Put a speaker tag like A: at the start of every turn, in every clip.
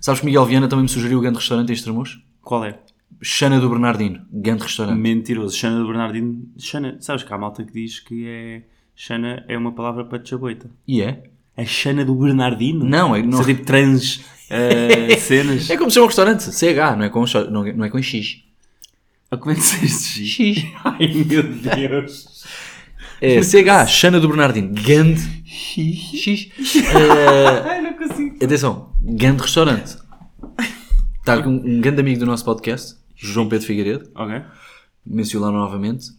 A: Sabes que Miguel Viana também me sugeriu o grande restaurante em Estremoz?
B: Qual é?
A: Xana do Bernardino, grande restaurante.
B: Mentiroso. Xana do Bernardino. Xana. Sabes que há malta que diz que é... Xana é uma palavra para chaboita.
A: E é?
B: A Xana do Bernardino?
A: Não, é- não.
B: Isso é tipo trans eh, cenas.
A: É como se chama o restaurante, CH, não é com, xo- não, não é com X.
B: A como é que se diz X?
A: X.
B: Ai meu Deus.
A: É, CH, Xana do Bernardino, grande X. Eh,
B: Ai, não consigo.
A: atenção, grande restaurante. Está aqui um, um grande amigo do nosso podcast, João Pedro Figueiredo,
B: Ok.
A: mencionou novamente.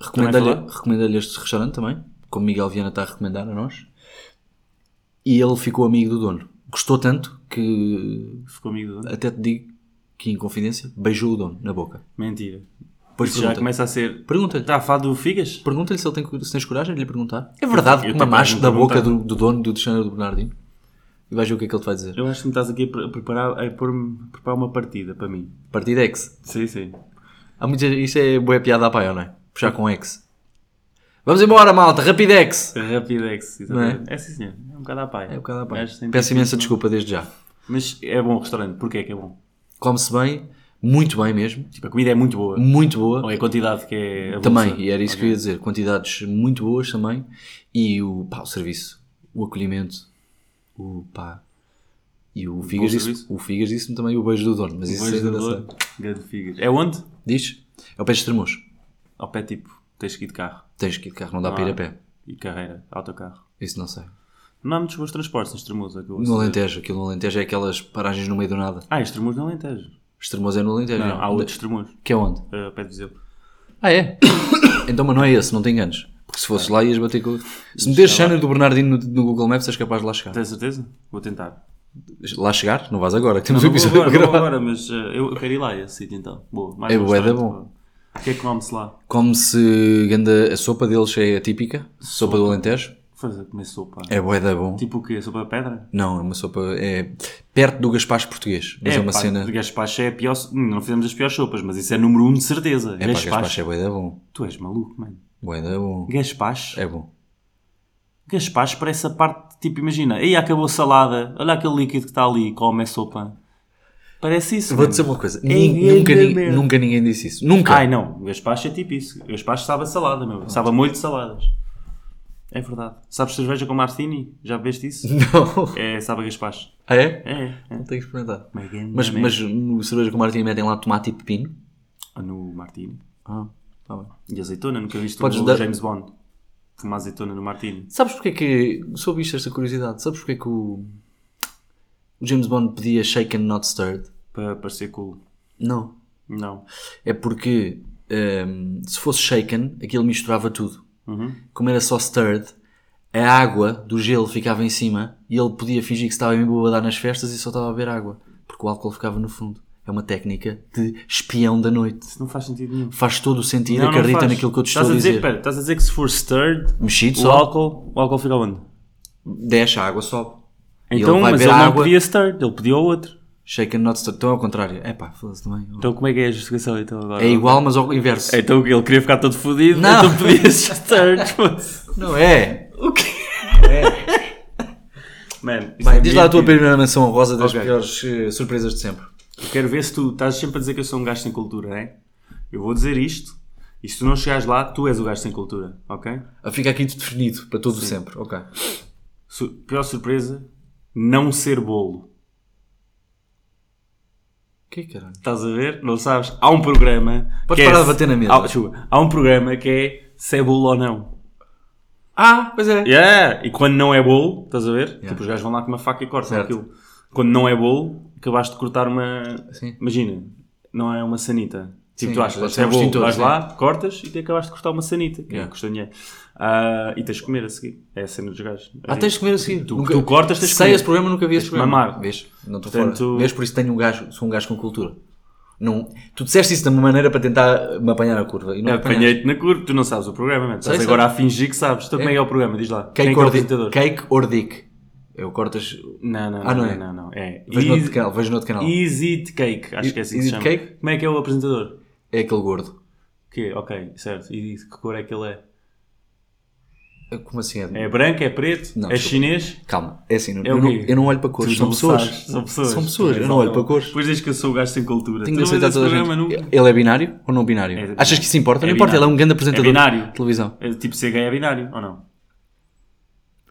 A: Recomenda-lhe
B: Também
A: recomenda-lhe este restaurante também, como Miguel Viana está a recomendar a nós. E ele ficou amigo do dono. Gostou tanto que
B: Ficou amigo do dono.
A: Até te digo que, em confidência, beijou o dono na boca.
B: Mentira.
A: Pois
B: Isso já
A: pergunta-lhe.
B: começa a ser.
A: Pergunta-lhe.
B: Está a falar do Figas?
A: Pergunta-lhe se, ele tem, cu- se tens coragem de lhe perguntar. É verdade
B: Tá. Eu
A: que
B: também
A: mamaste
B: vou
A: da boca do,
B: perguntar.
A: do dono do Alexandre do Bernardino? E vais ver o que é que ele te vai dizer.
B: Eu acho que me estás aqui a pre- preparar, a pôr-me- preparar uma partida para mim.
A: Partida ex.
B: Sim, sim.
A: Há muita, isso é boa piada à paia, não é? Puxar com ex. Vamos embora, malta. Rapidex.
B: Rapidex. exatamente. É? sim, senhor. É um bocado à paia.
A: É um bocado à paia.
B: Mas tem
A: Peço
B: difícil,
A: imensa
B: não? é?
A: desculpa desde já.
B: Mas é bom o restaurante. Porquê que é bom?
A: Come-se bem. Muito bem mesmo.
B: Tipo, a comida é muito boa.
A: Muito
B: Ou
A: boa.
B: é a quantidade que é.
A: Também.
B: avulsa?
A: E era isso que eu ia dizer. Quantidades muito boas também. E o, pá, o serviço. O acolhimento. O pá. E o Figas disse,
B: serviço.
A: o Figas disse-me também o beijo do dono, mas isso é
B: Dois
A: ainda
B: do
A: não sei.
B: Douro, Grande Figas. É onde?
A: Diz? É o pé de extremos.
B: Ao pé tipo, tens que ir de carro.
A: Tens que ir de carro, não dá para
B: Ah.
A: ir a pé.
B: E carreira, autocarro.
A: Isso não sei.
B: Não há muitos bons transportes em Estremoz, é que eu ouço.
A: No Alentejo, aquilo no Alentejo é aquelas paragens no meio do nada.
B: Ah, Estremoz não é Alentejo.
A: Extremoz é no Alentejo.
B: Não, há outro Estremoz,
A: Que é onde?
B: eh, ao pé de Viseu.
A: Ah, é? então, mas não é esse, não te enganes. Porque se fosse lá ias bater com. Se meteres Shannon do Bernardino no, no Google Maps, és capaz de lá chegar.
B: Tens certeza? Vou tentar.
A: Lá chegar? Não vais agora, que temos
B: Não
A: um
B: vou
A: episódio
B: agora,
A: para
B: não vou
A: gravar.
B: agora, mas eh, eu eu quero ir lá a esse sítio então. Boa. Mais
A: É
B: um
A: bué da
B: restaurante,
A: bom.
B: boa. O que é que come-se lá?
A: Come-se ganda- a sopa deles é atípica, sopa do Alentejo.
B: Fazer comer sopa.
A: É bué da bom.
B: Tipo o quê? Sopa de pedra?
A: Não, é uma sopa. É perto do Gaspar português. Mas é, uma
B: pá,
A: cena.
B: de Gaspacho é a pior... so- Hum, Não fizemos as piores sopas, mas isso é número um de certeza.
A: É pá, Gaspacho
B: Gaspacho.
A: é bué da bom.
B: Tu és maluco, mano.
A: Bué da bom.
B: Gaspacho.
A: É bom.
B: Gaspacho parece a parte, tipo, imagina, aí acabou a salada, olha aquele líquido que está ali, come é sopa. Parece isso.
A: Vou
B: mano.
A: dizer uma coisa.
B: É
A: nin-
B: grande
A: nunca, nin-
B: merda.
A: nunca ninguém disse isso. Nunca.
B: Ai não, Gaspacho é tipo isso. Gaspacho sabe a salada, meu. Sabe a molho de saladas. É verdade. Sabes cerveja com martini? Já bebeste isso?
A: Não.
B: É, sabe a Gaspacho.
A: Ah, é?
B: É, é.
A: Não tenho que experimentar.
B: Uma grande
A: Mas,
B: merda.
A: mas no cerveja com Martim metem lá tomate e pepino.
B: No martini.
A: Ah, tá bem.
B: E azeitona, nunca viste
A: Podes
B: o
A: dar-
B: James Bond. Uma azeitona no martini.
A: Sabes porque é que. Soube isto, esta curiosidade. Sabes porque é que o. O James Bond pedia shaken, not stirred?
B: Para parecer cool.
A: Não.
B: Não.
A: É porque. ehm, se fosse shaken, aquilo misturava tudo.
B: Uhum.
A: Como era só stirred, a água do gelo ficava em cima e ele podia fingir que se estava a embobadar nas festas e só estava a beber água. Porque o álcool ficava no fundo. É uma técnica de espião da noite.
B: Isso não faz sentido nenhum.
A: Faz todo o sentido,
B: Não, não
A: acredita
B: faz.
A: naquilo que eu te estou
B: estás
A: a dizer.
B: Espera, estás a dizer que se for stirred,
A: Mexido
B: o
A: só,
B: álcool, o álcool fica onde?
A: desce, a água sobe. E
B: Então,
A: ele vai
B: mas
A: beber
B: ele não
A: água,
B: podia stirred, ele podia o outro.
A: shake and not stir. Então é ao contrário. É pá, foda-se também.
B: Então como é que é a justificação então agora?
A: É igual, mas ao inverso.
B: Então ele queria ficar todo fodido,
A: Não.
B: então podia stirred. foda-se.
A: Não é?
B: o quê? Man, isso
A: Vai,
B: é
A: diz lá a
B: divertido.
A: tua primeira menção rosa das
B: Ok.
A: piores eh, surpresas de sempre.
B: Eu quero ver se tu estás sempre a dizer que eu sou um gajo sem cultura, é? Eu vou dizer isto, e se tu não chegares lá, tu és o gajo sem cultura, ok?
A: Ah, Fica aqui definido para todo sempre. Ok.
B: Su- pior surpresa, não ser bolo.
A: Que caralho?
B: Estás a ver? Não sabes? Há um programa.
A: Podes
B: que é
A: parar de bater na mesa.
B: Há, desculpa. há um programa que é se é bolo ou não.
A: Ah, pois é.
B: Yeah! E quando não é bolo, estás a ver?
A: Yeah.
B: Tipo, os gajos vão lá com uma faca e cortam
A: Certo.
B: aquilo. Quando não é bolo, acabaste de cortar uma.
A: Sim.
B: Imagina, não é uma sanita. Tipo,
A: Sim,
B: tu achas,
A: pode
B: se
A: ser
B: é
A: um
B: bolo,
A: extintor,
B: vais
A: sim.
B: lá, cortas e te acabaste de cortar uma sanita, que
A: Yeah.
B: custa dinheiro. Ah, e tens de comer a seguir. É a cena dos gajos.
A: Ah, tens de comer assim.
B: Tu- tu cortas, tens de
A: Sei
B: comer.
A: esse programa, nunca vi esse
B: Tens de
A: programa.
B: mamar.
A: Vês? Não estou
B: Portanto-
A: fora. Vês? Por isso tenho um gajo, sou um gajo com cultura. Não, tu disseste isso de uma maneira para tentar me apanhar a curva. E não
B: Eu
A: me apanhaste.
B: Apanhei-te na curva, tu não sabes o programa, mano. Estás
A: Sei,
B: agora a fingir que sabes. Então como é que é o programa? Diz lá. Quem
A: Cake
B: é que é o
A: or, dick,
B: apresentador?
A: cake or dick. Eu cortas.
B: Não, não, não,
A: Ah, não
B: não,
A: é?
B: não, não. É
A: Vejo no outro
B: Easy,
A: canal. Vejo no outro canal.
B: Easy de Cake, acho que é assim que se
A: Easy
B: chama.
A: Cake?
B: Como é que é o apresentador?
A: É aquele gordo.
B: Que, ok, certo. E de que cor é que ele é?
A: Como assim é?
B: É branco, é preto,
A: Não,
B: é
A: desculpa.
B: chinês?
A: Calma, é assim, eu,
B: É
A: eu
B: o
A: não,
B: quê?
A: eu não olho para cores,
B: Tu
A: são
B: não
A: pessoas.
B: sabes, São pessoas. É
A: São pessoas, eu não olho para cores.
B: Depois diz que eu sou o gajo sem cultura.
A: Tenho de
B: Tu não vês
A: aceitar
B: esse
A: toda a gente.
B: programa nunca.
A: Ele é binário ou não binário?
B: É binário.
A: Achas que isso importa?
B: É
A: não importa, ele é
B: binário.
A: um grande apresentador
B: É binário.
A: de televisão.
B: É Tipo, ser gay é binário, ou não?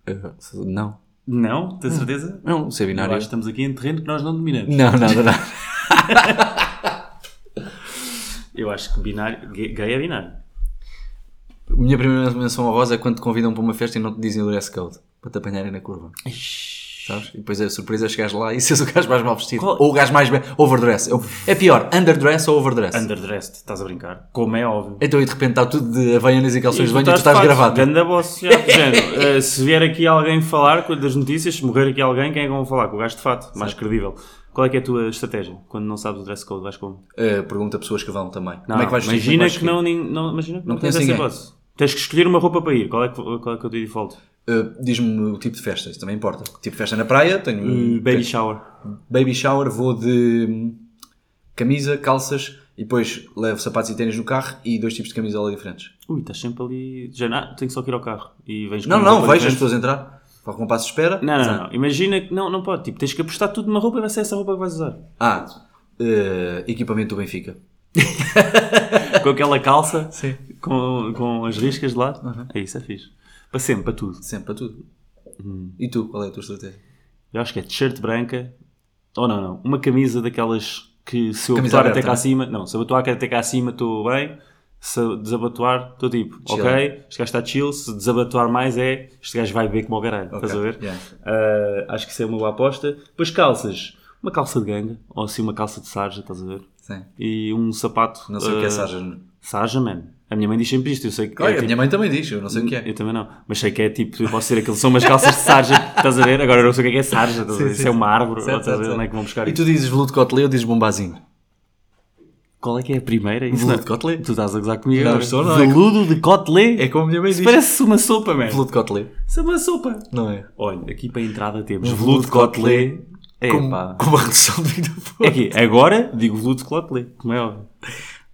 A: Uh, não,
B: Não? Tens certeza?
A: não, ser
B: Eu
A: binário.
B: acho que estamos aqui em terreno que nós não dominamos.
A: Não, não, não. não.
B: Eu acho que binário, gay gay é binário.
A: A Minha primeira menção honrosa é quando te convidam para uma festa e não te dizem o dress code para te apanharem na curva. Sabes? E depois a surpresa é chegares lá e seres o gajo mais mal vestido.
B: Qual-
A: Ou o gajo mais bem. Overdress. Eu- É pior, underdress ou overdress?
B: Underdressed, estás a brincar? Como é óbvio.
A: Então e de repente está tudo de havaianas e calções de
B: E
A: banho e tu estás
B: de fato,
A: gravado.
B: Ganda boss, já, de género. Eh, se vier aqui alguém falar com- das notícias, se morrer aqui alguém, quem é que vão falar? Com o gajo de fato, mais credível. Qual é que é a tua estratégia? Quando não sabes o dress code, vais como?
A: Uh, pergunta a pessoas que vão também.
B: Não,
A: Como é que vais vestir? Como
B: imagina
A: é vais
B: que não, nin- não, imagina que não,
A: Não conheces
B: tens essa
A: ninguém.
B: hipótese. Tens que escolher uma roupa para ir. Qual é que, qual é, que é o teu default?
A: vestir? Uh, Diz-me o tipo de festa, isso também importa. Tipo de festa na praia, tenho.
B: Hum, Baby shower.
A: baby shower, vou de hum, camisa, calças e depois levo sapatos e ténis no carro e dois tipos de camisola diferentes.
B: Ui, estás sempre ali. de género, ah, tenho só que ir ao carro. E vens com
A: Não,
B: uma
A: não,
B: roupa
A: vejo as
B: diferente.
A: pessoas entrar. Vá com um passo de espera.
B: Não, não, não. Imagina que. Não, não pode. Tipo, tens que apostar tudo numa roupa e vai ser essa roupa que vais usar.
A: Ah, eh, equipamento do Benfica.
B: com aquela calça,
A: Sim. Uhum.
B: com, com as riscas de lado. É isso, é fixe. Para sempre, para tudo.
A: Sempre para tudo.
B: Hum.
A: E tu, qual é a tua estratégia?
B: Eu acho que é t-shirt branca, ou não, não, uma camisa daquelas que se eu
A: Camisa
B: abotoar até
A: aberta,
B: cá
A: né?
B: acima, não, se eu abotoar até cá acima estou bem, se eu desabatuar estou tipo,
A: Chill.
B: ok, este gajo está chill, se desabatuar mais é, este gajo vai beber como o caralho, estás a ver?
A: yeah.
B: Ah, acho que isso é uma boa aposta. Depois calças, uma calça de ganga, ou assim uma calça de sarja, estás a ver?
A: Sim.
B: E um sapato.
A: Não sei o que é
B: ah,
A: sarja. não.
B: Sarja, man. A minha mãe diz sempre isto, eu sei que
A: Olha,
B: é,
A: a
B: tipo,
A: minha mãe também diz, eu não sei o que é.
B: eu também não. Mas sei que é tipo, eu posso ser aquilo, são umas calças de sarja, estás a ver? Agora eu não sei o que é que é sarja, estás a ver?
A: Sim, sim,
B: Se é uma árvore, ou
A: Certo,
B: estás a ver?
A: certo,
B: Onde é que vão buscar
A: E
B: isso?
A: tu dizes veludo cotelê ou dizes bombazinho?
B: Qual é que é a primeira? Isso
A: Veludo
B: não. é-
A: de cotelê?
B: Tu estás a gozar comigo
A: Não,
B: agora.
A: estou, não, é que-
B: Veludo de cotelé?
A: É como a minha mãe diz.
B: Isso parece uma sopa, mano.
A: Veludo de cotelê,
B: Isso é uma sopa.
A: não é?
B: Olha, aqui para a entrada temos
A: Um
B: veludo de cotelé. É
A: Com,
B: pá.
A: com uma redução de vida
B: É aqui, agora digo veludo de cotelé, como é óbvio.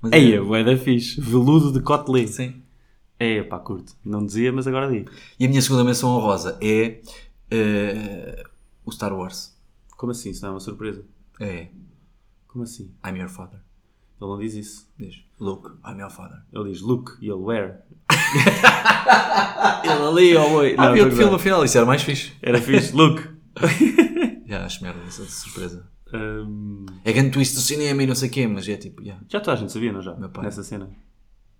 A: Mas
B: Aí, é bué da fixe. Veludo de cotelé.
A: Sim.
B: É pá, curto. Não dizia, mas agora digo.
A: E a minha segunda menção honrosa é eh, o Star Wars.
B: Como assim? Isso não é uma surpresa.
A: É
B: Como assim?
A: I'm your father.
B: Ele não diz isso.
A: Diz Luke, I'm your father.
B: Ele diz look e ele wear.
A: Ele ali, oh boy.
B: Não,
A: Ah, vi
B: tô
A: outro
B: a
A: filme afinal, isso era mais fixe.
B: Era fixe, look.
A: Já, acho merda, essa surpresa.
B: Hum,
A: É grande twist do cinema e não sei o quê, mas é tipo, já.
B: já toda a gente sabia, não já?
A: Meu pai.
B: Nessa cena.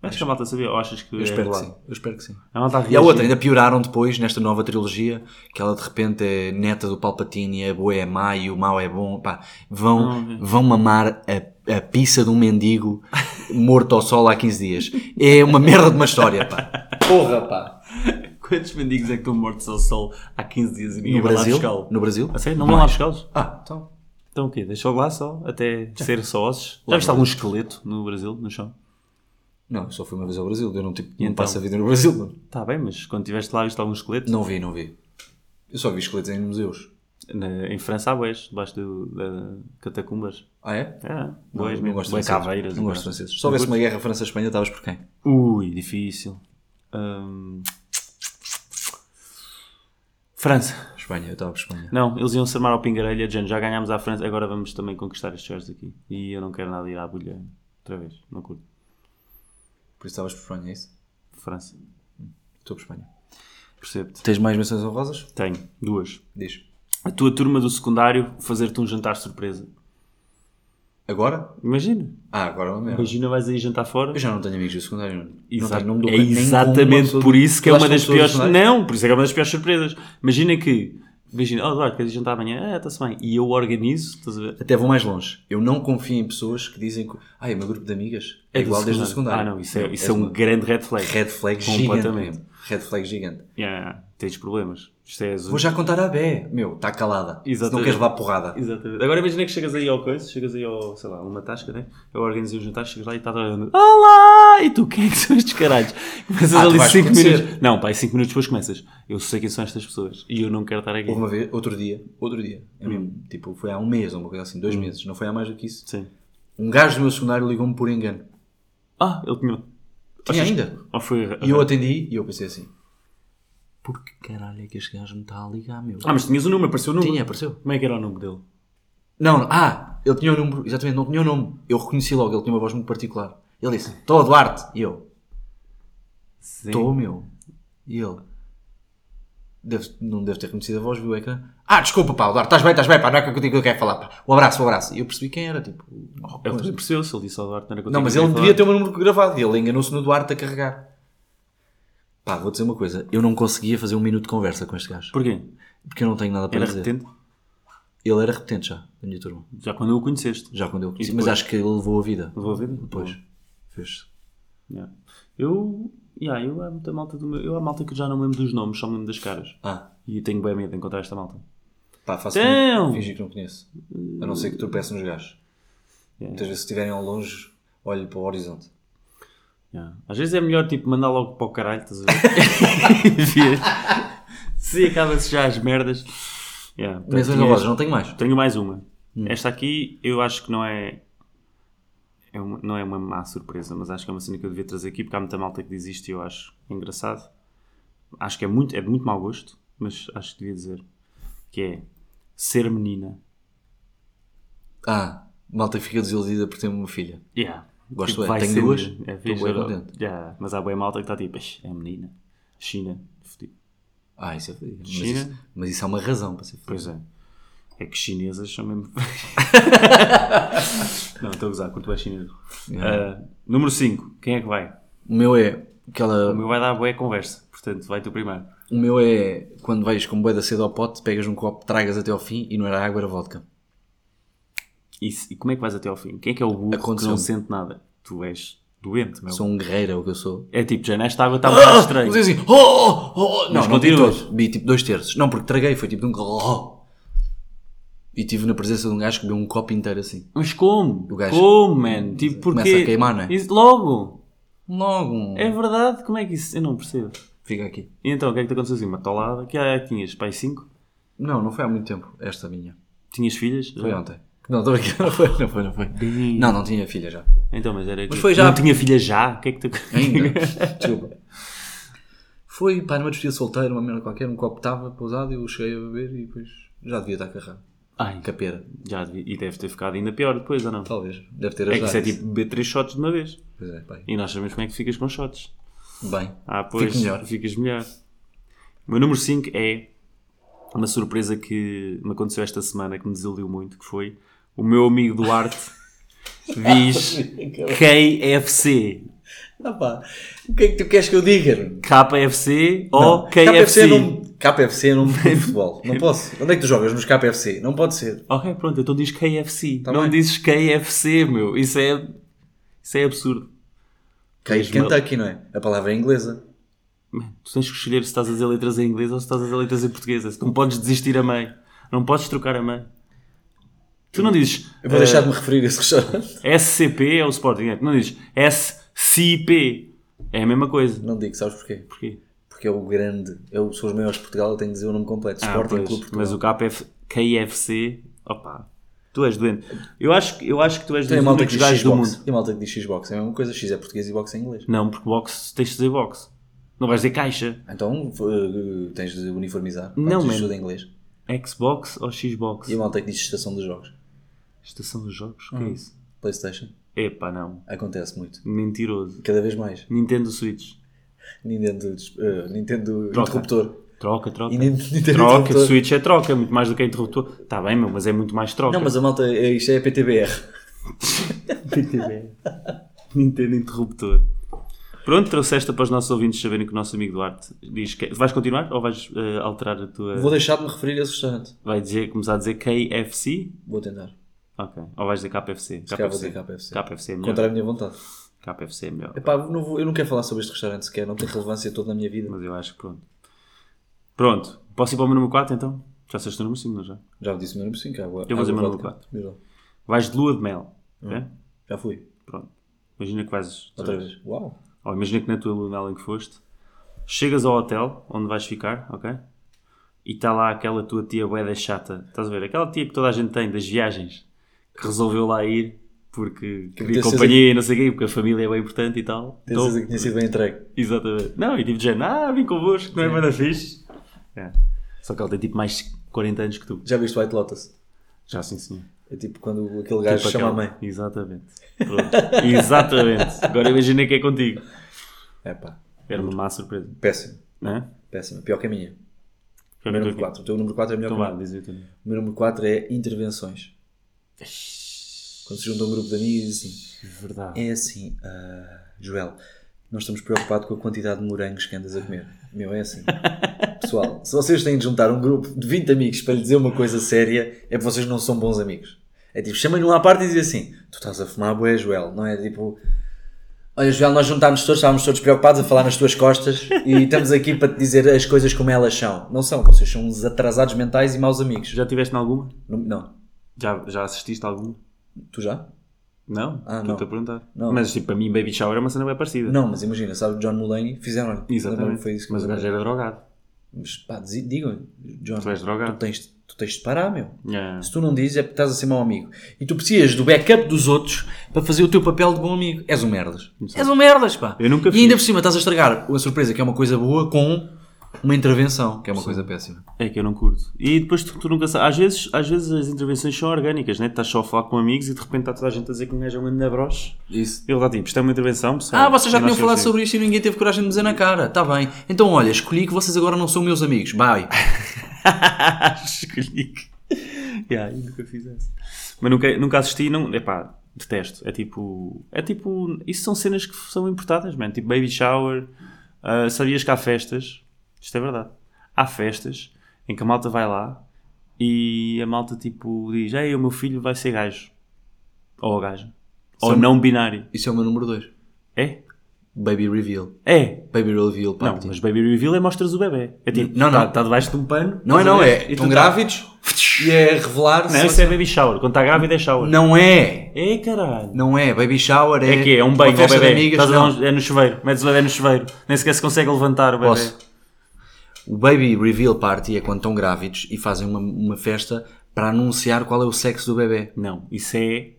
B: Acho que a malta sabia, ou achas que
A: Eu
B: é
A: espero que sim.
B: regulado?
A: Eu espero que sim.
B: A malta
A: E a
B: reagia.
A: outra, ainda pioraram depois nesta nova trilogia, que ela de repente é neta do Palpatine, e a boa é má e o mau é bom. Pá, vão, vão mamar a, a pizza de um mendigo morto ao sol há 15 dias. É uma merda de uma história, pá. Porra, pá.
C: Quantos mendigos é que estão mortos ao sol há 15 dias e ninguém
A: No
C: vai lá
A: Brasil?
C: buscá-lo?
A: No Brasil?
B: A sério? Não vão lá buscá-los?
A: Ah, então.
B: Então o quê? Deixou lá só, até ser só ossos? Já viste algum esqueleto no Brasil, no chão?
A: Não, eu só fui uma vez ao Brasil. Eu não, tipo, não
B: então?
A: passo a vida no Brasil. Não.
B: Está Tá bem, mas quando estiveste lá viste algum esqueleto?
A: não vi, não vi. Eu só vi esqueletos em museus.
B: Na- em França há boés, debaixo do, da catacumbas.
A: Ah, é?
B: É,
A: Não,
B: boés
A: não
B: mesmo.
A: gosto de
B: Bué
A: franceses.
B: caveiras.
A: Não
B: e
A: gosto de
B: caralho.
A: franceses. Se houvesse uma guerra França-Espanha, estavas por quem?
B: Ui, difícil. Hum, França.
A: Espanha, eu estava por Espanha.
B: Não, eles iam se armar ao pingarelha, dizendo já ganhámos à França, agora vamos também conquistar estes gajos aqui. E eu não quero nada ir à bolha outra vez, não curto.
A: Por isso estavas por Espanha, é isso?
B: França,
A: Estou por Espanha.
B: percebo-te.
A: Tens mais menções honrosas?
B: Tenho duas.
A: Diz.
B: A tua turma do secundário fazer-te um jantar surpresa.
A: Agora?
B: Imagina.
A: Ah, agora é uma merda.
B: Imagina, vais aí jantar fora.
A: Eu já não tenho amigos do secundário. não-
B: Exa-
A: não tenho, não me dou
B: é
A: bem nem com
B: exatamente
A: uma
B: por isso que é
A: pessoa-
B: uma das
A: Tu achas que são
B: piores.
A: pessoas do secundário?
B: Não, por isso é que é uma das piores surpresas. Imagina que. Imagina, oh Eduardo, queres ir jantar amanhã? Ah, está-se bem. E eu organizo, estás a ver?
A: Até vou mais longe. Eu não confio em pessoas que dizem que. Ah, é meu grupo de amigas. É,
B: do
A: igual desde o secundário.
B: Ah, não, isso é, isso é
A: uma
B: um grande red flag.
A: Red flag gigante.
B: Completamente.
A: mesmo. Red flag gigante.
B: Yeah, tens problemas. Isto é azul.
A: Vou já contar à Bé. Meu, está calada. Se
B: Exatamente.
A: não queres levar porrada.
B: Exatamente. Agora imagina que chegas aí ao coisa, chegas aí ao, sei lá, uma tasca, né? Eu organizei um jantar, chegas lá e estás olhando, Olá! E tu, quem é que são estes caralhos? Começas
A: Ah, tu
B: ali
A: vais
B: 5
A: conhecer.
B: minutos. Não, pá, 5 minutos depois começas. Eu sei quem são estas pessoas e eu não quero estar aqui.
A: Houve uma vez, outro dia, outro dia, é
B: Hum.
A: mesmo, tipo, foi há um mês ou uma coisa assim, dois meses, não foi há mais do que isso.
B: Sim.
A: Um gajo do meu secundário ligou-me por engano.
B: Ah, ele tinha.
A: Tinha
B: Achas-
A: ainda.
B: Ou foi.
A: E eu atendi e eu pensei assim: Por que caralho é que este gajo me está a ligar, meu?
B: Ah, mas tinhas o número, apareceu o número.
A: Tinha, apareceu.
B: Como é que era o número dele?
A: Não, não, ah, ele tinha o número, exatamente, não tinha o nome. Eu reconheci logo, ele tinha uma voz muito particular. Ele disse: Estou, Duarte. E eu:
B: Sim.
A: Estou, meu. E ele: deve- Não deve ter reconhecido a voz, viu o ecrã? Ah, desculpa, pá, Duarte, estás bem, estás bem, pá, não é contigo que eu quero falar, pá. Um abraço, um abraço. E eu percebi quem era, tipo.
B: Ele também percebeu-se, ele disse ao Duarte, não era contigo
A: Não, mas
B: que eu
A: ele
B: queria
A: devia ter o meu número gravado e ele enganou-se no Duarte a carregar. Pá, vou dizer uma coisa: eu não conseguia fazer um minuto de conversa com este gajo.
B: falar. Porquê?
A: Porque eu não tenho nada para
B: Era
A: dizer.
B: repetente?
A: Ele era repetente já, da minha turma.
B: Já quando o conheceste.
A: Já quando eu conheci.
B: depois?
A: Mas acho que ele levou a vida.
B: Vou ouvir?
A: Depois. Fez.
B: Yeah. Eu. Yeah, eu há muita malta do meu. Eu há malta que já não me lembro dos nomes, só me lembro das caras.
A: Ah,
B: E tenho bem medo de encontrar esta malta.
A: pá, faço
B: Então.
A: fingir que não conheço. A não ser que tropece nos gajos.
B: É.
A: Muitas vezes, se estiverem ao longe, olho para o horizonte.
B: Yeah. Às vezes é melhor tipo mandar logo para o caralho, estás a ver? Envias. Se acaba-se já as merdas. Yeah,
A: Mas
B: portanto,
A: olha
B: tinhas-
A: agora, não tenho mais.
B: Tenho mais uma.
A: Hum.
B: Esta aqui eu acho que não é. é uma- não é uma má surpresa, mas acho que é uma cena que eu devia trazer aqui porque há muita malta que diz isto e eu acho engraçado. Acho que é, muito, é de muito mau gosto, mas acho que devia dizer. Que é ser menina.
A: Ah, malta que fica desiludida por ter uma filha.
B: Yeah.
A: Gosto é,
B: Tipo, vai
A: tenho
B: ser
A: duas,
B: menina. É
A: estou
B: fixe,
A: bué
B: eu-
A: contente.
B: yeah, Mas há bem malta que está tipo, "Ixi, é menina. China, fodido.
A: Ah, isso é mas
B: China?
A: isso, mas isso é uma razão para ser feliz.
B: Pois é. É que chinesas são mesmo. não, estou a usar, curto bem chinês. Ah, número 5, quem é que vai?
A: O meu é aquela.
B: O meu vai dar boa conversa, portanto vai tu primeiro.
A: O meu é quando vais com boeda cedo ao pote, pegas um copo, tragas até ao fim e não era água, era vodka.
B: E, se- e como é que vais até ao fim? Quem é que é o burro que
A: Aconteceu-me.
B: não sente nada? Tu és doente, meu.
A: Sou um guerreiro, é o que eu sou.
B: É tipo, já nesta água está muito
A: Mas é
B: estranho.
A: assim, oh, oh, oh, não,
B: Mas
A: não vi
B: continuas.
A: todo. Vi tipo dois terços. Não, porque traguei, foi tipo de um. Oh. E tive na presença de um gajo que bebeu um copo inteiro assim.
B: Mas como?
A: O gajo
B: Como, man? Tipo, porque...
A: a queimar, não é?
B: Isso, logo!
A: Logo. um-
B: É verdade? Como é que isso... Eu não percebo.
A: Fica aqui.
B: E então, o que é que te aconteceu assim? Uma tolada? Que há tinhas? Pai 5?
A: Não, não foi há muito tempo, esta minha.
B: Tinhas filhas?
A: Foi
B: Já?
A: ontem. Não, estou aqui, não foi, não foi, não foi. Não, não tinha filha já.
B: Então, mas era...
A: foi já.
B: Não tinha filhas já? O que é que te...
A: Ainda. Desculpa. Foi para numa despedida solteira, uma merda qualquer, um copo estava pousado, eu cheguei a beber e depois já devia estar carrado.
B: Ai,
A: Capera,
B: já devia- E deve ter ficado ainda pior depois, ou não?
A: talvez. Deve ter
B: É que
A: ajudado.
B: isso é tipo beber 3 shots de uma vez.
A: Pois é, pai.
B: E nós sabemos como é que ficas com shots.
A: Bem.
B: Ah, pois.
A: Fico melhor.
B: Ficas melhor. O meu número 5 é uma surpresa que me aconteceu esta semana que me desiludiu muito, que foi o meu amigo Duarte diz KFC.
A: Ah, pá. O que é que tu queres que eu diga?
B: KFC ou
A: Não.
B: KFC?
A: não, KFC não tem futebol. Não posso. Onde é que tu jogas? Nos KFC? Não pode ser.
B: Ok, pronto, então diz KFC.
A: Tá
B: não
A: bem.
B: dizes KFC, meu. Isso é, isso é absurdo.
A: Cai
B: Diz-me.
A: Kentucky, não é? A palavra é inglesa.
B: Man, tu tens que escolher se estás a dizer letras em inglês ou se estás a dizer letras em portuguesa. Tu não podes desistir a meio. Não podes trocar a meio. Tu não dizes
A: Eu vou
B: eh,
A: deixar de me referir a esse restaurante.
B: SCP é o Sporting. é. Tu não dizes SCP. É a mesma coisa.
A: Não digo, sabes porquê?
B: Porquê?
A: Porque é o grande. Eu sou os maiores de Portugal, eu tenho de dizer o nome completo.
B: Ah,
A: Sporting
B: pois,
A: Clube Portugal.
B: mas o KF, KFC, opa, tu és doente. Eu acho, que- eu acho que tu és
A: Tem a
B: doente
A: malta que
B: dos
A: diz
B: gajos do mundo.
A: Xbox. E a malta que diz Xbox. É a mesma coisa. X é português e box é inglês.
B: Não, porque box tens de dizer box. Não vais dizer caixa.
A: Então uh, tens de uniformizar.
B: Não,
A: Não,
B: man.
A: tudo em inglês.
B: Xbox ou Xbox?
A: E a malta que diz estação dos jogos.
B: Estação dos jogos? O
A: Hum.
B: que é isso?
A: Playstation.
B: Epá, não.
A: Acontece muito.
B: Mentiroso.
A: Cada vez mais.
B: Nintendo Switch.
A: Nintendo, des- eh, Nintendo
B: Troca.
A: interruptor.
B: Troca, troca.
A: E Nin- Nintendo
B: Troca,
A: interruptor.
B: Switch é troca, muito mais do que interruptor. Está bem, meu, mas é muito mais troca.
A: Não, mas a malta, é- isto é PTBR.
B: PTB. Nintendo interruptor. Pronto, trouxeste para os nossos ouvintes saberem que o nosso amigo Duarte diz que. Vais continuar ou vais eh, alterar a tua.
A: Vou deixar de me referir a esse restaurante.
B: Vai dizer, começar a dizer KFC?
A: Vou tentar.
B: Ok. Ou vais dizer KFC?
A: Se calhar vou dizer KFC.
B: KFC é melhor.
A: Contra a minha vontade.
B: KFC é melhor.
A: Epá, não vou- eu não quero falar sobre este restaurante sequer, não tem relevância toda na minha vida.
B: Mas eu acho que pronto. Pronto. Posso ir para o meu número 4 então? Já sei o número 5, não já?
A: Já disse o meu número 5, agora.
B: Eu vou dizer o meu
A: agora
B: número
A: vodka. Virou.
B: Vais de lua de mel. ok?
A: Já fui.
B: Pronto. Imagina que vais.
A: Hum. Outra vez. Uau.
B: Ou imagina que na tua lua de mel em que foste, chegas ao hotel onde vais ficar, ok? E está lá aquela tua tia boeda chata. Estás a ver? Aquela tia que toda a gente tem das viagens, que resolveu lá ir porque queria
A: tens certeza
B: companhia e não sei o quê, porque a família é bem importante e tal.
A: Tens assim.
B: Então-
A: certeza que tinha sido bem entregue.
B: Exatamente. Não, e tipo de género, ah, vim convosco, não é banda fixe. É. Só que ela tem tipo mais 40 anos que tu.
A: Já viste White Lotus?
B: Já sim, senhor.
A: É tipo quando aquele gajo
B: Tipo
A: chama
B: aquela.
A: a mãe.
B: Exatamente. Pronto. Exatamente. Agora imagina que é contigo.
A: Epá,
B: Era uma má surpresa,
A: péssimo.
B: não é?
A: Péssimo. Pior que a minha. O
B: Foi
A: meu número 4. O teu número 4 é melhor
B: Então
A: que o
B: vá,
A: meu.
B: diz o teu nome.
A: O meu número 4 é intervenções. Quando se junta um grupo de amigos e diz assim.
B: Verdade.
A: É assim, ah, Joel, nós estamos preocupados com a quantidade de morangos que andas a comer. Meu, é assim. Pessoal, se vocês têm de juntar um grupo de 20 amigos para lhe dizer uma coisa séria, é porque vocês não são bons amigos. É tipo, chamem-no lá à parte e dizem assim: Tu estás a fumar, boé, Joel, não é? Tipo, olha, Joel, nós juntámos todos, estávamos todos preocupados a falar nas tuas costas e estamos aqui para te dizer as coisas como elas são. Não são, vocês são uns atrasados mentais e maus amigos.
B: Já tiveste alguma?
A: Não, não.
B: Já, já assististe alguma?
A: tu já?
B: Não?
A: Ah,
B: Estou-te
A: não.
B: a perguntar.
A: Não.
B: Mas tipo, para mim, Baby Shower é uma cena bem parecida.
A: Não, mas imagina, sabe, John Mulaney, fizeram
B: Exatamente.
A: Foi isso que
B: Mas o
A: eu-
B: gajo era drogado.
A: Mas pá, dizi- digam, John,
B: Tu és drogado.
A: tu tens, tu tens de parar, meu.
B: Yeah.
A: Se tu não dizes, é porque estás a ser mau amigo. E tu precisas do backup dos outros para fazer o teu papel de bom amigo. És um merdas. És um merdas, pá.
B: Eu nunca
A: e
B: fiz.
A: ainda por cima estás a estragar a surpresa, que é uma coisa boa, com uma intervenção, que é uma coisa péssima.
B: É que eu não curto. E depois tu, tu nunca sabes. Às vezes, às vezes as intervenções são orgânicas, né? Estás só a falar com amigos e de repente está toda a gente a dizer que um gajo é um grande broche.
A: Isso.
B: Ele está tipo, isto é uma intervenção, pessoal.
A: Ah, vocês já
B: E nós
A: tinham falado
B: temos
A: sobre isto e ninguém teve coragem de me dizer na cara. Tá bem. Então, olha, escolhi que vocês agora não são meus amigos. Bye.
B: Escolhi que. yeah, eu nunca fiz essa. Mas nunca, nunca assisti, não. Epá, detesto. É tipo. É tipo. Isso são cenas que são importadas, mano. Tipo baby shower. ah, sabias que há festas. Isto é verdade. Há festas em que a malta vai lá e a malta tipo diz: Ei, o meu filho vai ser gajo. Ou gajo. Ou
A: São-
B: não binário.
A: Isso é o meu número 2.
B: É?
A: Baby Reveal.
B: É.
A: Baby Reveal
B: Não,
A: Party.
B: mas baby reveal é mostras o bebê. É tipo,
A: Não, não.
B: Está tá debaixo de um pano.
A: Não é,
B: estás
A: não
B: a ver?
A: é.
B: E tu
A: Estão
B: tá-
A: grávidos e é revelar.
B: Não,
A: se-
B: isso é baby shower. Quando está grávida é shower.
A: Não é.
B: É, caralho.
A: Não é. Baby shower é.
B: É que é um
A: uma
B: banho ao
A: festa de
B: bebê.
A: amigas,
B: Estás a dar
A: não.
B: uns- é no chuveiro. Metes o bebê no chuveiro. Nem sequer se consegue levantar o bebê.
A: Posso. O baby reveal party é quando estão grávidos e fazem uma, uma festa para anunciar qual é o sexo do bebê.
B: Não, isso é.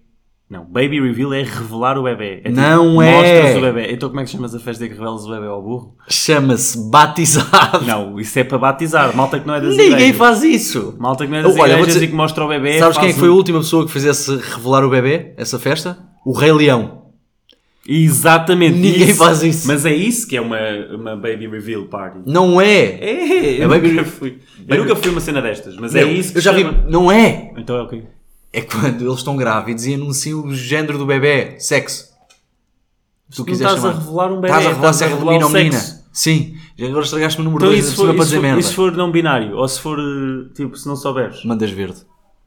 B: Não, baby reveal é revelar o bebê. É
A: Não é.
B: Mostras o bebê. Então como é que chamas a festa em que revelas o bebê ao burro?
A: Chama-se batizado.
B: Não, isso é para batizar. Malta que não é das
A: Ninguém
B: igrejas.
A: faz isso.
B: Malta que não é das
A: Olha, vou
B: igrejas
A: dizer-
B: e que mostra o bebê.
A: Sabes quem é
B: faz
A: que foi a
B: um-
A: última pessoa que fizesse revelar o bebê? Essa festa? O Rei Leão.
B: Exatamente.
A: Ninguém faz isso.
B: Mas é isso que é uma, uma baby reveal party.
A: Não é.
B: É, eu
A: É baby-
B: nunca fui. Eu nunca fui a uma cena destas, mas é
A: Não,
B: isso que
A: Eu já vi.
B: chama.
A: Não é.
B: Então é o quê?
A: É quando eles estão grávidos e anunciam o género do bebê. Sexo. tu
B: não
A: quiseres
B: estás a
A: chamar.
B: revelar um bebê.
A: Estás a revelar se é
B: revelar
A: menino ou
B: o
A: menina.
B: sexo.
A: Sim. Já agora estragaste o número
B: Então,
A: 2
B: isso
A: da cima
B: for,
A: para
B: isso,
A: dizer
B: for,
A: merda.
B: isso for não binário, ou se for eh, tipo, se não souberes.
A: Mandas verde.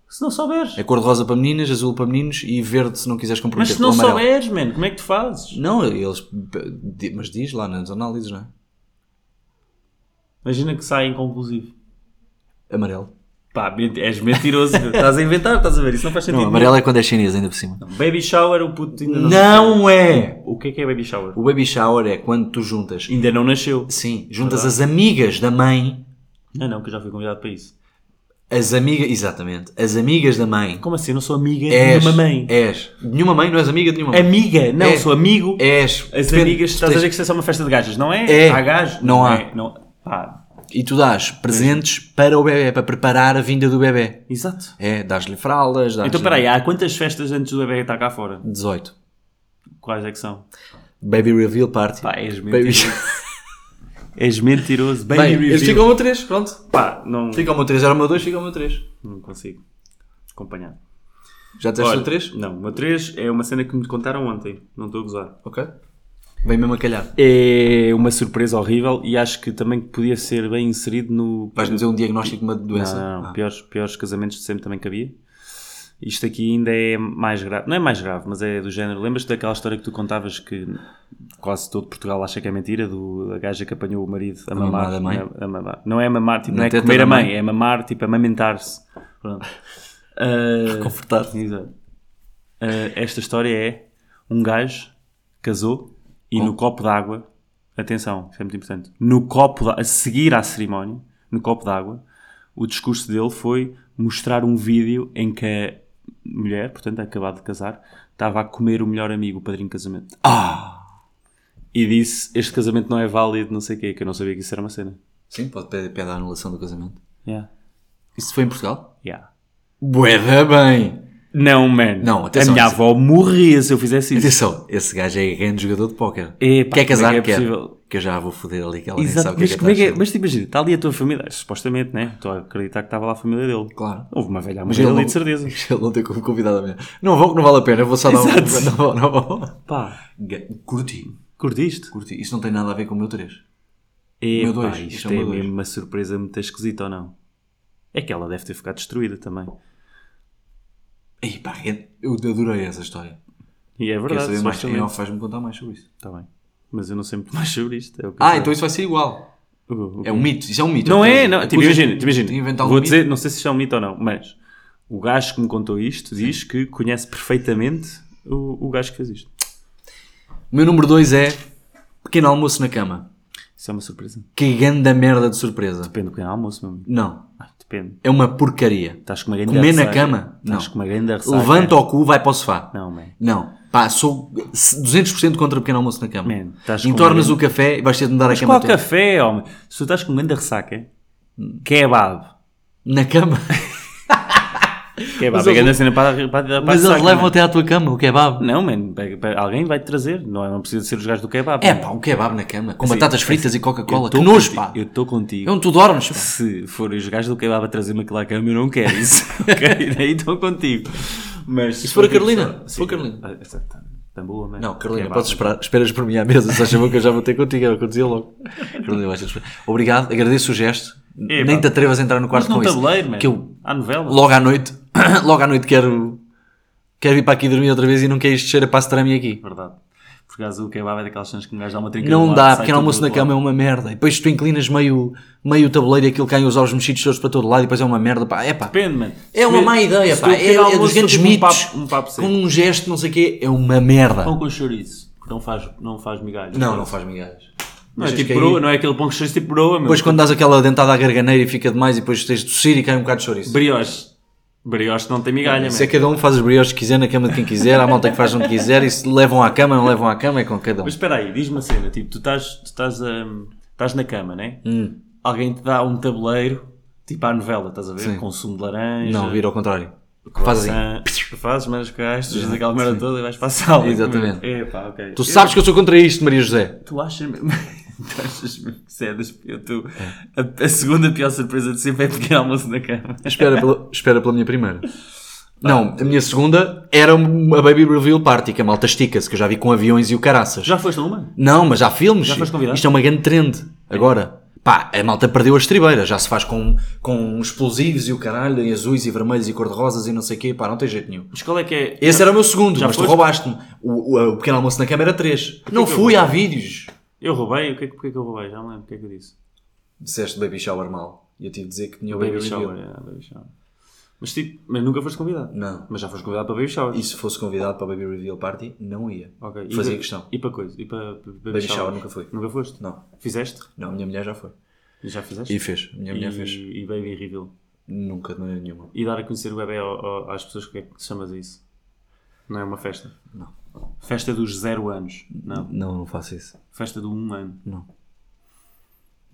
B: Se não souberes.
A: É cor de rosa para meninas, azul para meninos e verde se não quiseres
B: Mas
A: comprometer
B: se não
A: pelo amarelo.
B: souberes, mano, como é que tu fazes?
A: Não, eles. di- Mas diz lá nas análises, não é?
B: Imagina que sai inconclusivo.
A: Amarelo.
B: Pá, ment- és mentiroso. estás a inventar, estás a ver? Isso não faz sentido.
A: Não, amarelo é quando é chinês, ainda por cima.
B: nenhum. Baby shower, o puto ainda não
A: Não é!
B: O que é que é baby shower?
A: O baby shower é quando tu juntas.
B: Ainda não nasceu.
A: Sim, juntas as amigas da mãe.
B: Ah, não, que eu já fui convidado para isso.
A: As amigas. Exatamente. As amigas da mãe.
B: Como assim? Eu não sou amiga
A: És.
B: de nenhuma mãe.
A: És. De Nenhuma mãe, não és amiga de nenhuma mãe.
B: Amiga? Não,
A: É.
B: sou amigo.
A: És.
B: As
A: Depende-
B: amigas,
A: tu
B: estás a
A: tens-
B: dizer que isso é só uma festa de gajas, não é?
A: É.
B: Há gajos?
A: Não há.
B: É, não... Pá,
A: E tu dás presentes para o bebê, é para preparar a vinda do bebê.
B: exato.
A: É, dás-lhe fraldas, dás-lhe...
B: Então, peraí, há quantas festas antes do bebê estar tá cá fora?
A: 18.
B: Quais é que são?
A: Baby Reveal Party.
B: Pá, és
A: Baby...
B: mentiroso. És mentiroso. Baby
A: Bem,
B: reveal.
A: eles ficam ao 3, pronto.
B: Pá, não,
A: Fica ao meu 3, era o meu 2, fica ao meu 3.
B: não consigo acompanhar.
A: Já teste
B: Olha,
A: o 3?
B: Não, o meu 3 é uma cena que me contaram ontem. Não estou a gozar.
A: Ok. Vem mesmo a calhar.
B: É uma surpresa horrível e acho que também podia ser bem inserido no
A: Vais-me dizer um diagnóstico de uma doença?
B: Não, não, não.
A: Ah.
B: Piores, piores casamentos de sempre também cabia. Isto aqui ainda é mais grave. Não é mais grave, mas é do género. Lembras-te daquela história que tu contavas que quase todo Portugal acha que é mentira? Do da gaja que apanhou o marido a
A: mamar
B: mamar.
A: da mãe?
B: na- a mamar. Não é mamar, tipo,
A: Na
B: não é
A: teta
B: comer
A: da
B: a mãe,
A: mãe.
B: é mamar, tipo, amamentar-se. Pronto. Ah,
A: Confortado.
B: Exato. Ah, esta história é um gajo casou e no copo d'água, atenção, isso é muito importante, no copo d'á- a seguir à cerimónia, no copo d'água, o discurso dele foi mostrar um vídeo em que a mulher, portanto, acabado de casar, estava a comer o melhor amigo, o padrinho de casamento.
A: Ah!
B: E disse, este casamento não é válido, não sei o quê, que eu não sabia que isso era uma cena.
A: Sim, pode pe- pedir a anulação do casamento.
B: Yeah.
A: Isso foi em Portugal?
B: Yeah.
A: Bué da bem!
B: Não, man.
A: Não, atenção,
B: a minha
A: atenção.
B: avó morria se eu fizesse isso.
A: Atenção, esse gajo é grande jogador de póquer.
B: Epá,
A: Quer casar?
B: como é que é
A: Quer.
B: possível?
A: Que eu já vou foder ali que ela nem
B: Exato,
A: sabe o que é
B: mas,
A: que
B: como é que é?
A: está a
B: mas te imagina, está ali a tua família, supostamente, né? Estou a acreditar que estava lá a família dele.
A: Claro.
B: Houve uma velha a
A: Mas
B: morrer
A: ele
B: ali,
A: não-
B: de certeza.
A: Ele não tem como convidado a mulher. Não vou, não vale a pena, eu vou só dar um.
B: Exato.
A: Não vou, não vou.
B: Pá,
A: Ga- Curti,
B: curtiste?
A: curti. Isso não tem nada a ver com o meu 3.
B: É,
A: Meu
B: pá,
A: dois, isto
B: isto
A: é o
B: é,
A: meu dois.
B: mesmo uma surpresa muito esquisita, ou não? É que ela deve ter ficado destruída também.
A: Ei, pá, é- eu adorei essa história.
B: E é
A: Quer
B: verdade,
A: saber mais? Em
B: supostamente.
A: off vais-me contar mais sobre isso.
B: Tá bem. Mas eu não sei muito mais sobre isto. É o que eu
A: Ah,
B: sei.
A: então isso vai ser igual.
B: O- o-
A: É um mito, isso é um mito.
B: Não
A: Eu
B: é,
A: tenho-
B: não.
A: eu
B: Tipo,
A: tenho-
B: imagina, tipo,
A: tenho
B: imagina.
A: inventado
B: Vou
A: um mito.
B: dizer, não sei se isto é um mito ou não, mas o gajo que me contou isto diz que conhece perfeitamente o, o gajo que fez isto.
A: O meu número 2 é Pequeno Almoço na Cama.
B: Isso é uma surpresa.
A: Que grande merda de surpresa.
B: Depende do que é almoço, meu amigo.
A: Não,
B: Ai, depende.
A: é uma porcaria.
B: Estás com uma grande
A: Comer na
B: ressaca.
A: cama?
B: Estás
A: Não.
B: com uma grande ressaca.
A: Levanta o cu, vai para o sofá.
B: né? Não, man.
A: Não. Pá, sou 200% contra o pequeno almoço na cama.
B: Man, estás
A: Entornas
B: com
A: o café e vais ter de mudar a cama
B: Qual
A: toda.
B: café, homem? Se tu estás com uma grande ressaca, kebab.
A: Na cama. Mas
B: Kebab é
A: eles-
B: grande cena para, para, para
A: Mas
B: ressaca,
A: eles levam
B: man.
A: até à tua cama o kebab.
B: Não, man. Pega- pega- Alguém vai te trazer. Não, é- não precisa de ser os gajos do kebab.
A: É
B: man.
A: pá, um kebab na cama. Com
B: Assim,
A: batatas fritas e
B: Eu
A: Coca-Cola.
B: tô
A: Que nojo,
B: contigo.
A: pá.
B: Eu estou
A: É
B: contigo.
A: onde tu dormes, pá.
B: Se forem os gajos do kebab a trazer-me aquilo à cama, eu não quero isso. ok? Daí estou contigo. Mas,
A: se for a
B: contigo,
A: Carolina?
B: só-
A: Se for a
B: Sim.
A: Carolina?
B: Ah, essa tá- tá boa, man.
A: Não, Carolina,
B: Kebab. né?
A: podes esperar. Esperas por mim à mesa. Se achas bom que eu já vou ter contigo. Era o que eu dizia logo. Carolina, vais ter de esperar. Obrigado. Agradeço o gesto.
B: É,
A: Nem
B: pá.
A: te atrevas a entrar no
B: Mas
A: quarto
B: num
A: com isso.
B: tabuleiro, man.
A: Que eu
B: Há novela.
A: logo à noite, logo à noite quero... Quero vir para aqui dormir outra vez e não queres descer a pastrami aqui.
B: Verdade. Por acaso o kebab é daquelas cenas que um gajo dá uma trinca de
A: Não
B: lado,
A: dá,
B: sai
A: porque
B: tudo
A: almoço
B: do
A: na
B: outro
A: cama é uma merda. E depois tu inclinas meio, meio o tabuleiro e aquilo caem os ovos mexidos todos para todo lado e depois é uma merda. Pá, é pá.
B: lado. Depende, mano.
A: É
B: Se
A: uma
B: tu-
A: má ideia,
B: se
A: pá.
B: tu
A: É,
B: pedir
A: é
B: almoço
A: dos grandes
B: com
A: mitos.
B: Um papo, um papo
A: com
B: seco.
A: um gesto, não sei o quê, é uma merda.
B: Pão com chouriço. que Não faz, não faz migalhas.
A: Não, não faz migalhas.
B: Não é
A: Deixas
B: tipo
A: cair.
B: broa, não é aquele pão com chouriço tipo broa, meu.
A: Depois quando dás aquela dentada à garganeira e fica demais e depois tens de tossir e cai um bocado de chouriço.
B: Brioche. Brioche não tem migalha,
A: Se é
B: mano.
A: cada um faz os brioches que quiser na cama de quem quiser, há malta que faz onde quiser e se levam à cama, não levam à cama, é com cada um.
B: Mas espera aí, diz-me a cena. Tipo, tu estás, tu estás, hum, estás na cama, né?
A: Hum.
B: Alguém te dá um tabuleiro, tipo à novela, estás a ver?
A: Sim.
B: Com sumo de laranja.
A: Não, vira ao contrário.
B: croissant.
A: Faz assim.
B: Tu Ah, fazes, mas com gajos, tu aquela merda toda e vais para a sala.
A: Exatamente.
B: É, pá, ok.
A: Tu sabes que eu sou contra isto, Maria José.
B: Tu achas mesmo tu achas mesmo que isso é das eu tu, a, a segunda pior surpresa de sempre é pequeno almoço na cama.
A: Espera pela, espera pela minha primeira. Não, a minha segunda era um- uma Baby Reveal Party, que a malta estica-se, que eu já vi com aviões e o caraças.
B: Já foste a uma?
A: Não, mas há filmes.
B: Já foste convidado?
A: Isto é uma grande trend agora. Pá, a malta perdeu as tribeiras, já se faz com, com explosivos e o caralho, e azuis e vermelhos e cor-de-rosas e não sei o quê, pá, não tem jeito nenhum.
B: Mas qual é que é?
A: Esse era o meu segundo,
B: Já
A: mas tu
B: foste?
A: roubaste-me. O, o, o pequeno almoço na câmara 3. Não
B: que eu
A: fui,
B: roubei?
A: há vídeos.
B: Eu roubei? O que é que, o que é que eu roubei? Já não lembro o que é que eu disse.
A: Disseste baby shower mal. E eu tive de dizer que tinha o
B: Baby,
A: baby, reveal.
B: shower. é, baby shower. Mas, tipo, mas nunca foste convidado?
A: Não.
B: Mas já foste convidado para baby shower?
A: E se fosse convidado para a baby reveal party, não ia.
B: Ok. E
A: Fazia
B: ba-
A: questão.
B: E para coisa? E para baby,
A: Baby shower nunca fui.
B: Nunca foste?
A: Não,
B: Fizeste?
A: não, a minha mulher já foi.
B: Já fizeste?
A: E fez, a minha mulher
B: e,
A: fez.
B: e baby reveal.
A: Nunca, de maneira nenhuma.
B: E dar a conhecer o bebê ao- ao- às pessoas, que é que chamas isso? Não é uma festa?
A: Não.
B: Festa dos zero anos? Não.
A: Não, não faço isso.
B: Festa do um ano?
A: Não.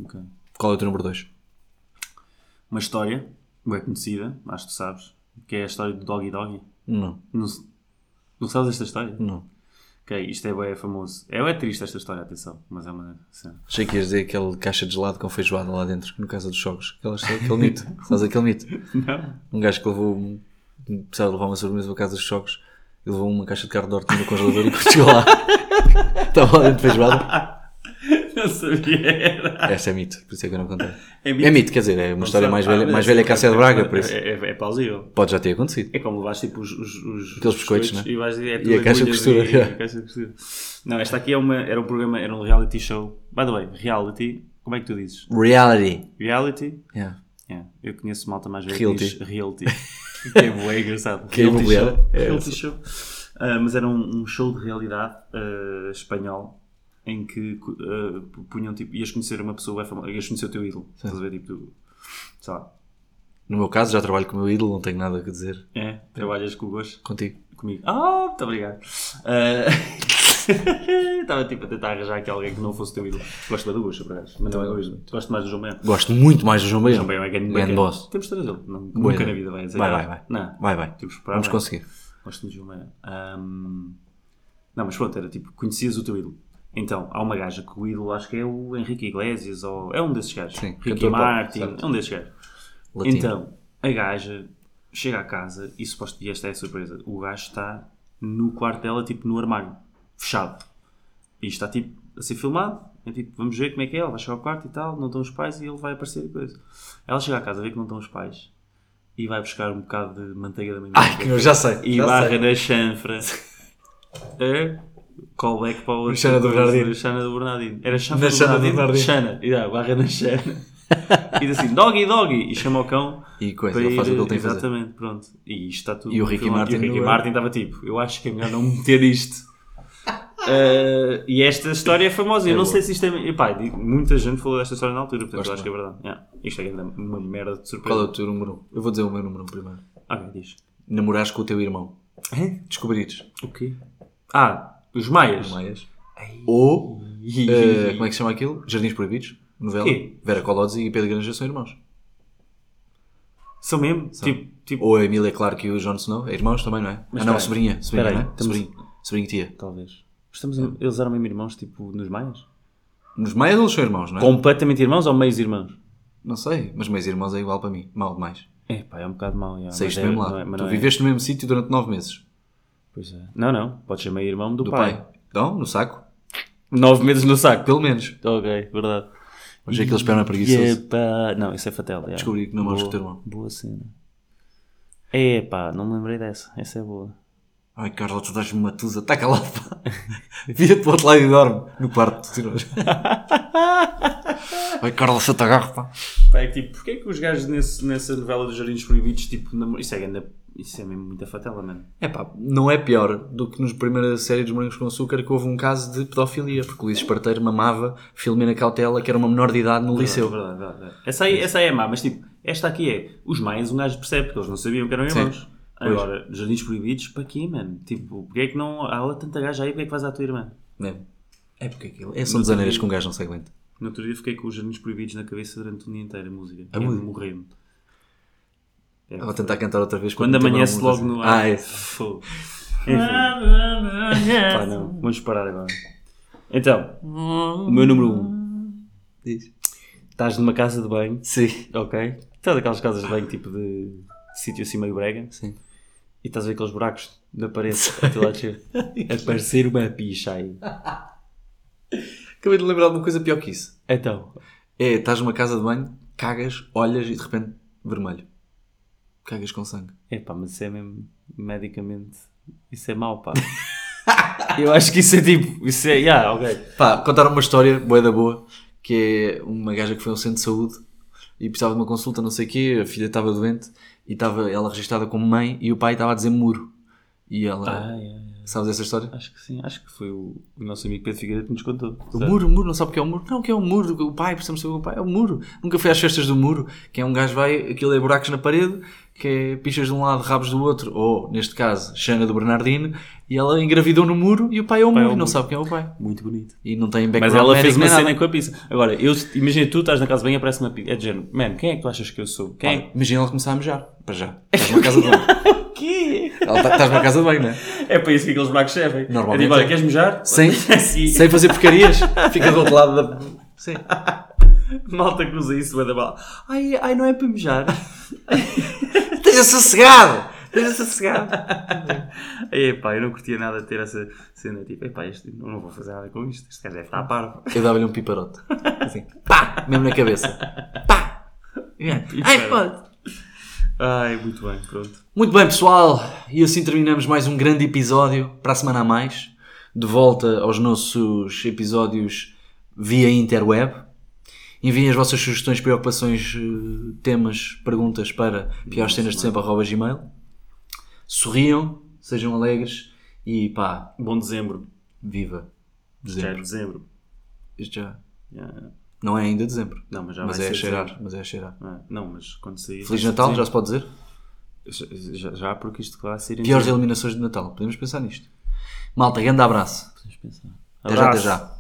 B: Ok.
A: Qual é o teu número 2?
B: Uma história, bem conhecida, acho que tu sabes, que é a história do Doggy Doggy.
A: Não,
B: Não, se- não sabes esta história?
A: não.
B: Ok, isto é bem famoso. É, é triste esta história, atenção, mas é uma cena.
A: Achei que ias dizer aquele caixa de gelado com feijoada lá dentro, no caso dos jogos. Aquelas, aquele mito. Sabes aquele mito?
B: Não?
A: Um gajo que levou. um- um- Precisava levar uma sobremesa para casa dos jogos e levou uma caixa de carne de horta no congelador e curtiu lá. Estava lá dentro de feijoada.
B: Não sabia.
A: Esta é mito, por isso é que eu não contei.
B: É
A: É mito, quer dizer, é uma história mais velha, mais velha que a Sé de Braga, por isso.
B: É, é, é plausível.
A: Pode já ter acontecido.
B: É como levares tipo os, os, os
A: Aqueles biscoitos, né?
B: e vais dizer, é
A: E
B: tudo
A: a caixa de
B: agulhas
A: costura, é.
B: e-
A: yeah.
B: a caixa de costura. Não, esta aqui é uma, era um programa, era um reality show. By the way, reality, como é que tu dizes?
A: Reality.
B: Reality?
A: Yeah.
B: Yeah. Eu conheço malta mais velha
A: Realty.
B: que diz realty. que é bué engraçado.
A: Que é
B: realty
A: imobiliário.
B: show.
A: É,
B: realty show. Ah, mas era um, um show de realidade ah, espanhol em que ah, punham tipo, ias conhecer uma pessoa bué famosa, ias conhecer o teu ídolo. Estás a ver, tipo, tu, sei lá,
A: No meu caso, já trabalho com o meu ídolo, não tenho nada a dizer
B: é, trabalhas com o gosto.
A: contigo.
B: comigo. Ah, muito obrigado. Ah, Estava tipo a tentar arranjar aqui alguém que não fosse o teu ídolo. Gosto bem do Buxa, por acaso. Mas não é o mesmo. Gosto mais do João Baiano.
A: Gosto muito mais do João Baião.
B: João Baiano é grande
A: Grande
B: bacana.
A: boss.
B: Temos de trazê-lo. Não-
A: Boa
B: Nunca
A: ideia.
B: na vida vai dizer.
A: Vai,
B: não.
A: vai, vai.
B: Não.
A: Vai, vai.
B: Temos que esperar,
A: Vamos
B: não é?
A: conseguir.
B: Gosto do João Baiano. Ahm, Não, mas pronto, era tipo, conhecias o teu ídolo. Então, há uma gaja que o ídolo acho que é o Henrique Iglesias ou é um desses gajos.
A: Sim,
B: Ricky
A: cantor pop,
B: Martin,
A: certo.
B: é um desses gajos.
A: Latino.
B: Então, a gaja chega à casa e suposto, e esta é a surpresa, o gajo está no quarto dela, tipo no armário, fechado. E está tipo a ser filmado. É tipo, vamos ver como é que é. Ela vai chegar ao quarto e tal, não estão os pais e ele vai aparecer e coisa. Ela chega à casa, vê que não estão os pais e vai buscar um bocado de manteiga de amendoim.
A: Ai, que eu já sei.
B: e
A: já
B: barra
A: sei.
B: na chanfra. É? Callback para o
A: Xana do Bernardino.
B: Xana do Bernardino. Era chanfra
A: Na
B: do
A: Xana do
B: Bernardino.
A: Bernardino.
B: Xana. E dá, barra na Xana. E diz assim, doggy, doggy. E chama o cão.
A: E coisa, ele faz o que ele tem a fazer.
B: Exatamente, pronto. E isto está tudo.
A: E o Ricky
B: filmado.
A: Martin
B: E o Ricky
A: no-
B: Martin estava tipo, eu acho que é melhor não meter isto. Eh, e esta história é famosa. eu não sei se isto é. Epá, digo, muita gente falou desta história na altura, portanto
A: Gosto
B: eu acho que é verdade. Yeah. Isto é grande- uma merda de surpresa.
A: Qual é o teu número 1? Eu vou dizer o meu número 1 primeiro.
B: Ok, diz.
A: Namorares com o teu irmão.
B: Hã?
A: Descobrires.
B: O quê? Ah, os Maias.
A: Maias. Ou, eh,
B: Ih.
A: como é que se chama aquilo? Jardins Proibidos, novela.
B: Quê?
A: Vera Colodzi e Pedro Granja são irmãos.
B: São mesmo? Tipo, tipo.
A: Ou a Emília Clarke e o Jon Snow. É irmãos também, não é?
B: Mas
A: ah, não,
B: espera aí.
A: sobrinha. Sobrinha,
B: Espera aí,
A: não é?
B: estamos-
A: Sobrinho. Sobrinho e tia.
B: Talvez. Estamos a- Eles eram mesmo irmãos, tipo, nos Maias?
A: Nos meios eles são irmãos, não é?
B: Completamente irmãos ou meios irmãos?
A: Não sei, mas meios irmãos é igual para mim. Mal demais.
B: É pá, é um bocado mau. já,
A: Saíste
B: mas
A: do
B: é-
A: mesmo
B: não é-
A: lado.
B: mas
A: tu
B: não é-
A: viveste no mesmo sítio durante nove meses.
B: Pois é. Não, não. Pode ser meio irmão do,
A: Do
B: pai.
A: pai. Então, no saco.
B: Nove meses no saco.
A: Pelo menos.
B: Ok, verdade.
A: Mas é aqueles perna preguiçoso.
B: Epá. Não, isso é fatela. já.
A: Descobri que não
B: Boa-
A: moras com o teu irmão.
B: Boa cena. Epá, não me lembrei dessa. Essa é boa.
A: Ai, Carla, tu dás-me uma tusa. Taca lá, pá. Vira-te para o outro lado e dorme. No quarto. tu tiras. Ai, Carla, se eu te agarro, pá.
B: Pá, é que tipo, porquê é que os gajos nesse- nessa novela dos Jardins Proibidos, tipo, namor- isso é ganda- Isso é mesmo muita fatela, mano.
A: É pá, não é pior do que nos primeira série dos Morangos com Açúcar que houve um caso de pedofilia, porque o Luís Esparteiro mamava Filomena Cautela, que era uma menor de idade no
B: Isso é
A: liceu.
B: verdade, verdade, verdade. Essa, aí, essa aí é má, mas tipo, esta aqui é. Os maias um gajo percebe, porque eles não sabiam que eram
A: Sim.
B: irmãos. Agora, jardins proibidos, para quê, mano? Tipo, porque é que não. Há lá tanta gaja aí, porque é que vais à tua irmã?
A: Mesmo. É porque aquilo. É, são desaneiras que um gajo não se aguenta.
B: No outro dia fiquei com os jardins proibidos na cabeça durante o dia inteiro, a música.
A: A
B: É,
A: música?
B: Morrendo.
A: Eu Vou tentar cantar outra vez.
B: Quando
A: porque também
B: amanhece
A: não vou
B: logo no
A: fazer.
B: ar.
A: Ah, é.
B: Fogo. Ah, Enfim. Pá, não. Vamos parar agora. Então, o meu número 1. Um.
A: Diz.
B: Estás numa casa de banho.
A: Sim.
B: Ok. Estás daquelas casas de banho tipo de sítio assim meio brega.
A: Sim.
B: E estás a ver aqueles buracos na parede? Aquilo lá cheio. Aparecer uma picha aí.
A: Acabei de lembrar de uma coisa pior que isso.
B: Então,
A: É, estás numa casa de banho, cagas, olhas e de repente, vermelho. Cagas com sangue.
B: epá, mas isso é mesmo medicamente. Isso é mau, pá. Eu acho que isso é tipo. Isso é. Yeah, ok.
A: Pá, contaram uma história, boa da boa, que é uma gaja que foi a um centro de saúde e precisava de uma consulta, não sei o quê, a filha estava doente e estava ela registada como mãe e o pai estava a dizer muro. E ela...
B: Ah, yeah, yeah.
A: Sabes essa história?
B: Acho que sim. Acho que foi o, o nosso amigo Pedro Figueiredo que nos contou.
A: O muro, o muro, não sabe o que é o muro? Não, o que é o muro? O pai, precisamos saber o que é o pai. É o muro. Nunca fui às festas do muro, que é um gajo vai, aquilo é buracos na parede, que é pichas de um lado, rabos do outro, ou, neste caso, Xana do Bernardino, e ela engravidou no muro e o pai é o muro,
B: o
A: e não
B: muro.
A: sabe quem é o pai.
B: Muito bonito.
A: E não tem background
B: Mas ela
A: médico
B: fez uma
A: nem nada.
B: cena com a pizza. Agora, eu imagina, tu estás na casa bem e aparece uma pizza. É de género, man, quem é que tu achas que eu sou? Quem é?
A: Imagina ela começar a mijar. Para já. Estás numa casa de banho.
B: que
A: Ela tá- Estás numa casa de banho, não é?
B: É para isso que aqueles buracos servem.
A: Normalmente
B: É tipo, olha,
A: é.
B: queres mejar?
A: Sem,
B: Sim.
A: sem fazer porcarias. Fica do outro lado da. Sim.
B: Malta cruza isso, vai da bala. Ai, ai, não é para mejar.
A: Esteja sossegado! Esteja sossegado!
B: Epá, eu não curtia nada ter essa cena. Tipo, epá, este, eu não vou fazer nada com isto. Este gajo deve estar parvo.
A: Eu dava-lhe um piparote. Assim. Pá! Mesmo na cabeça. Pá! Ai, pode!
B: Ai, muito bem, pronto.
A: Muito bem, pessoal, e assim terminamos mais um grande episódio para a semana a mais. De volta aos nossos episódios via interweb. Enviem as vossas sugestões, preocupações, eh, temas, perguntas para piorcenas de Sorriam, sejam alegres e pá,
B: Bom dezembro.
A: viva
B: Já é
A: dezembro.
B: dezembro.
A: Isto já
B: Já-
A: não é ainda dezembro,
B: Não, mas já
A: mas
B: vai
A: é a
B: ser
A: cheirar,
B: dezembro.
A: mas é a cheirar.
B: Ah, Não, mas quando sair.
A: Feliz Natal, já se pode dizer?
B: já. Já, já, porque isto que vai ser. em
A: Piores
B: dezembro.
A: eliminações de Natal, podemos pensar nisto. Malta, grande abraço.
B: Podemos pensar.
A: Até já, até
B: Abraço.
A: já.